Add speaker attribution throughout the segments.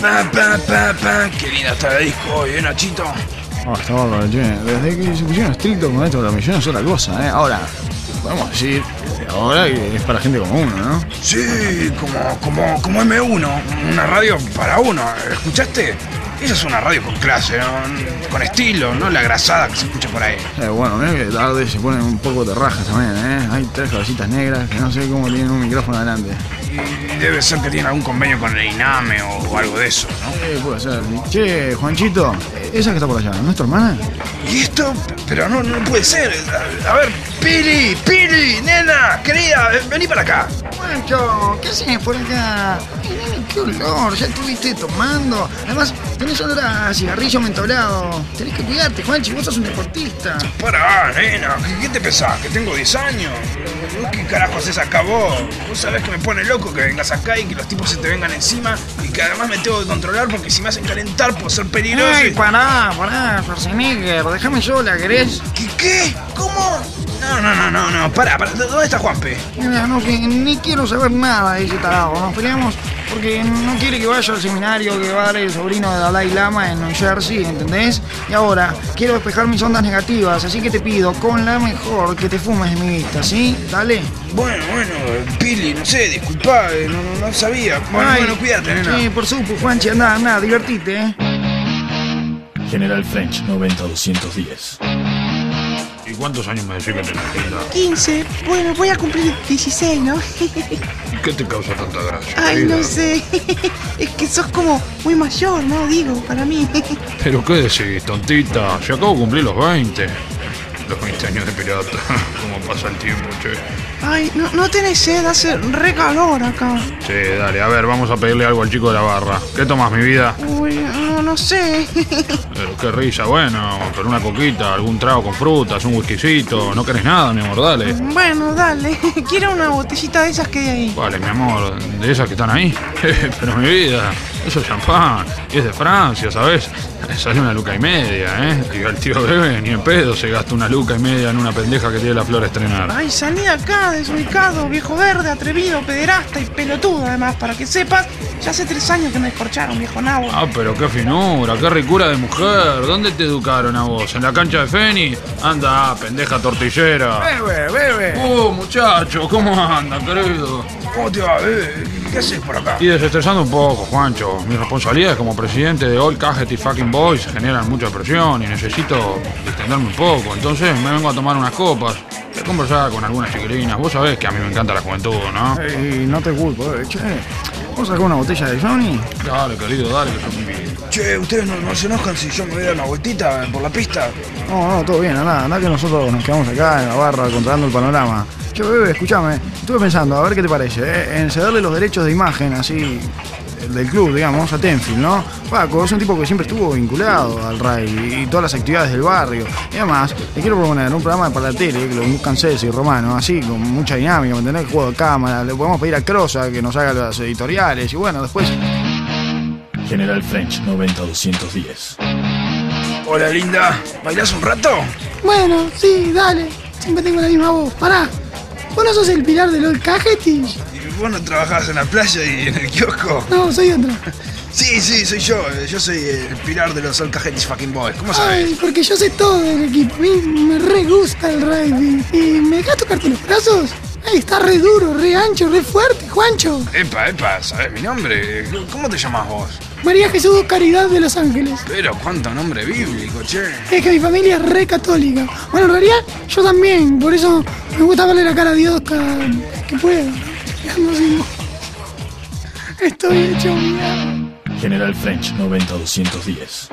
Speaker 1: Pan, pan, pan, pan. Qué linda está la disco hoy, ¿eh, Nachito?
Speaker 2: Oh, está bárbaro, che. Desde que se pusieron estrictos con esto de los millones es otra cosa, ¿eh? Ahora, podemos decir, ahora que es para gente como uno, ¿no?
Speaker 1: Sí, como, como, como M1, una radio para uno. ¿Escuchaste? Esa es una radio con clase, ¿no? con estilo, no la grasada que se escucha por ahí.
Speaker 2: Eh, bueno, mira que tarde se ponen un poco de rajas también, ¿eh? Hay tres cabecitas negras que no sé cómo tienen un micrófono adelante.
Speaker 1: Y debe ser que tiene algún convenio con el INAME o, o algo de eso, ¿no?
Speaker 2: Eh, puede ser. Che, Juanchito, eh, esa que está por allá, ¿no es tu hermana?
Speaker 1: ¿Y esto? Pero no, no puede ser. A, a ver, Pili, Pili, nena, querida, ven- vení para acá.
Speaker 2: Juancho, ¿qué haces por acá? Ay, nene, qué olor, ya estuviste tomando. Además, tenés olor a cigarrillo mentolado. Tenés que cuidarte, Juanchi, vos sos un deportista.
Speaker 1: Pará, nena, ¿qué, qué te pensás? ¿Que tengo 10 años? ¿Qué carajo haces acá vos? Vos sabés que me pone loco que vengas acá y que los tipos se te vengan encima y que además me tengo que controlar porque si me hacen calentar puedo ser peligroso.
Speaker 2: Ay,
Speaker 1: y-
Speaker 2: pará, pará, Schwarzenegger, déjame sola, ¿querés?
Speaker 1: ¿Qué, ¿Qué? ¿Cómo? No, no, no, no, no, pará, pará, ¿dó- ¿dónde está Juanpe?
Speaker 2: Mira, no, que ni quiero saber nada de ese tarado. Nos peleamos porque no quiere que vaya al seminario que va a dar el sobrino de Dalai Lama en New Jersey, ¿entendés? Y ahora, quiero despejar mis ondas negativas, así que te pido, con la mejor, que te fumes de mi vista, ¿sí? Dale.
Speaker 1: Bueno, bueno, eh, Pili, no sé, disculpa, eh, no, no- no sabía. Bueno,
Speaker 2: Ay,
Speaker 1: bueno, cuídate, nena.
Speaker 2: Sí, por supuesto, Juanchi, andá, andá, divertite, ¿eh?
Speaker 3: General French 90210.
Speaker 4: ¿Y cuántos años me decís que tenés, linda?
Speaker 5: 15. Bueno, voy a cumplir 16, ¿no?
Speaker 4: ¿Y ¿Qué te causa tanta gracia?
Speaker 5: Ay,
Speaker 4: querida?
Speaker 5: no sé. Es que sos como muy mayor, ¿no? Digo, para mí.
Speaker 4: ¿Pero qué decís, tontita? Yo acabo de cumplir los 20. Los 20 años de pirata. ¿Cómo pasa el tiempo, che?
Speaker 5: Ay, no, no tenés sed, hace re calor acá.
Speaker 4: Che, dale, a ver, vamos a pedirle algo al chico de la barra. ¿Qué tomas, mi vida?
Speaker 5: Uy, no, no sé.
Speaker 4: Pero qué risa, bueno, con una coquita, algún trago con frutas, un whiskycito. No querés nada, mi amor, dale.
Speaker 5: Bueno, dale. Quiero una botellita de esas que hay ahí.
Speaker 4: Vale, mi amor, de esas que están ahí. Pero mi vida, eso es champán. Y es de Francia, ¿sabes? Sale una luca y media, ¿eh? Digo, el tío bebe, ni en pedo se gasta una luca y media en una pendeja que tiene la flor a estrenar.
Speaker 5: Ay, salí de acá, desubicado, viejo verde, atrevido, pederasta y pelotudo además, para que sepas. Ya hace tres años que me escorcharon, viejo nabo.
Speaker 4: Ah, pero qué finura, qué ricura de mujer. ¿Dónde te educaron a vos? ¿En la cancha de Fénix? Anda, pendeja
Speaker 1: Eh.
Speaker 4: tortillera.
Speaker 2: Bebe, bebe.
Speaker 4: Oh, muchacho, ¿cómo anda, querido?
Speaker 1: ¿Cómo te va, bebé? ¿Qué haces por acá?
Speaker 4: Y desestresando un poco, Juancho. Mis responsabilidades como presidente de All Cajet y Fucking Boys generan mucha presión y necesito distenderme un poco. Entonces me vengo a tomar unas copas. Voy a conversar con algunas chiquilinas. Vos sabés que a mí me encanta la juventud, ¿no?
Speaker 2: Ey, no te culpo, eh, che. ¿Vos sacás una botella de Johnny?
Speaker 4: Dale, querido, dale, que soy mi
Speaker 1: Che, ¿ustedes no, no se enojan si yo me voy a dar una vueltita por la pista?
Speaker 2: No, no, todo bien, nada, nada que nosotros nos quedamos acá en la barra controlando el panorama. Che, bebé, escúchame, estuve pensando, a ver qué te parece, ¿eh? en cederle los derechos de imagen, así, el del club, digamos, a Tenfield, ¿no? Paco es un tipo que siempre estuvo vinculado al RAI y todas las actividades del barrio. Y además, le quiero proponer un programa para la tele, que lo buscan Celso y Romano, así, con mucha dinámica, ¿me entendés? Juego de cámara, le podemos pedir a Crosa que nos haga las editoriales y bueno, después...
Speaker 3: General French 90210.
Speaker 1: Hola, linda. ¿Bailás un rato?
Speaker 6: Bueno, sí, dale. Siempre tengo la misma voz. Pará. ¿Vos no sos el pilar del Old Cajetis?
Speaker 1: ¿Y ¿Vos no trabajás en la playa y en el kiosco?
Speaker 6: No, soy otro.
Speaker 1: Sí, sí, soy yo. eh, Yo soy el pilar de los Alcajetis Fucking Boys. ¿Cómo sabés?
Speaker 6: Ay, porque yo sé todo del equipo. A mí me re gusta el rugby. ¿Y me dejas tocarte los brazos? Ay, está re duro, re ancho, re fuerte, Juancho.
Speaker 1: Epa, epa, ¿sabés mi nombre? ¿Cómo te llamás vos?
Speaker 6: María Jesús Caridad de Los Ángeles.
Speaker 1: Pero cuánto nombre bíblico, che.
Speaker 6: Es que mi familia es re católica. Bueno, en realidad yo también. Por eso me gusta verle la cara a Dios cada que puedo. No sé, Estoy hecho mierda.
Speaker 3: General French 90210.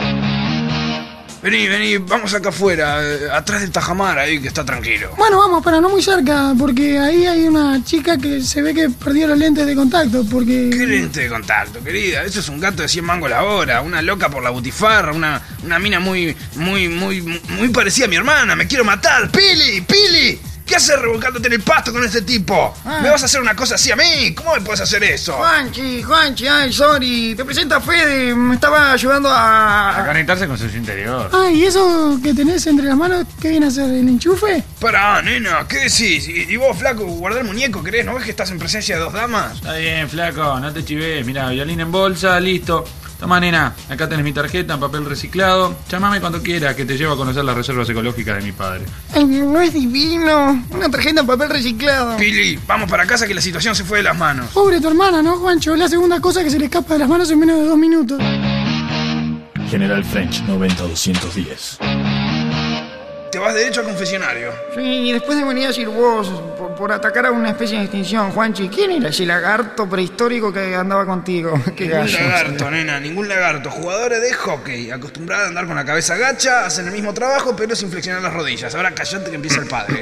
Speaker 1: Vení, vení, vamos acá afuera, eh, atrás del tajamar ahí que está tranquilo.
Speaker 6: Bueno, vamos, pero no muy cerca, porque ahí hay una chica que se ve que perdió los lentes de contacto,
Speaker 1: ¿Qué
Speaker 6: porque...
Speaker 1: lente de contacto, querida? Eso es un gato de 100 mangos la hora, una loca por la butifarra, una, una mina muy, muy, muy, muy parecida a mi hermana. Me quiero matar. ¡Pili! ¡Pili! ¿Qué haces revolcándote en el pasto con este tipo?
Speaker 2: Ah.
Speaker 1: ¿Me vas a hacer una cosa así a mí? ¿Cómo me puedes hacer eso?
Speaker 2: Juanchi, Juanchi, ay, sorry, te presenta Fede, me estaba ayudando a...
Speaker 4: conectarse con su interior.
Speaker 6: Ah, ¿y eso que tenés entre las manos, qué viene a ser? ¿El enchufe?
Speaker 1: Pará, nena, ¿qué decís? ¿Y, y vos, flaco, guardá el muñeco, querés? ¿No ves que estás en presencia de dos damas?
Speaker 4: Está bien, flaco, no te chives. Mira, violín en bolsa, listo. Toma, nena, acá tenés mi tarjeta en papel reciclado. Llámame cuando quieras, que te llevo a conocer las reservas ecológicas de mi padre.
Speaker 6: Ay, no es divino. Una tarjeta en papel reciclado.
Speaker 1: Pili, vamos para casa que la situación se fue de las manos.
Speaker 6: Pobre tu hermana, ¿no, Juancho? Es la segunda cosa que se le escapa de las manos en menos de dos minutos.
Speaker 3: General French 90210.
Speaker 1: Te vas derecho al confesionario.
Speaker 7: Sí, y después de venir a decir vos, por, por atacar a una especie de extinción, Juanchi, ¿quién era ese lagarto prehistórico que andaba contigo? Qué
Speaker 1: Ningún
Speaker 7: gallo.
Speaker 1: lagarto, nena, ningún lagarto. Jugadores de hockey, acostumbrados a andar con la cabeza gacha, hacen el mismo trabajo pero sin flexionar las rodillas. Ahora callate que empieza el padre.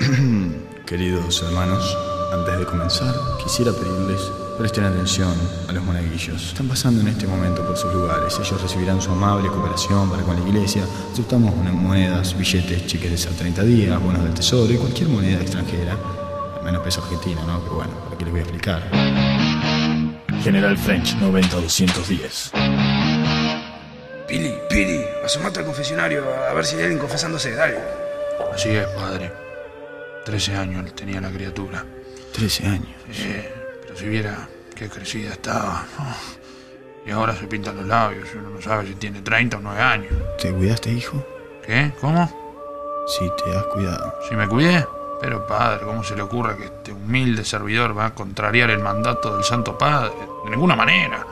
Speaker 2: Queridos hermanos, antes de comenzar, quisiera pedirles presten atención a los monaguillos. Están pasando en este momento por sus lugares. Ellos recibirán su amable cooperación para con la iglesia. Aceptamos mon- monedas, billetes, cheques a 30 días, bonos del tesoro y cualquier moneda extranjera. Al menos peso argentino, ¿no? Pero bueno, ¿para qué les voy a explicar?
Speaker 3: General French 90210.
Speaker 1: Pili, Pili, asomate al confesionario a ver si hay alguien confesándose. Dale.
Speaker 4: Así es, padre. Trece años tenía la criatura.
Speaker 2: 13 años.
Speaker 4: Eh, pero si viera qué crecida estaba. ¿no? Y ahora se pintan los labios. Uno no sabe si tiene 30 o 9 años.
Speaker 2: ¿Te cuidaste, hijo?
Speaker 4: ¿Qué? ¿Cómo?
Speaker 2: Sí, te has cuidado.
Speaker 4: ¿Si me cuidé? Pero padre, ¿cómo se le ocurre que este humilde servidor va a contrariar el mandato del Santo Padre? De ninguna manera.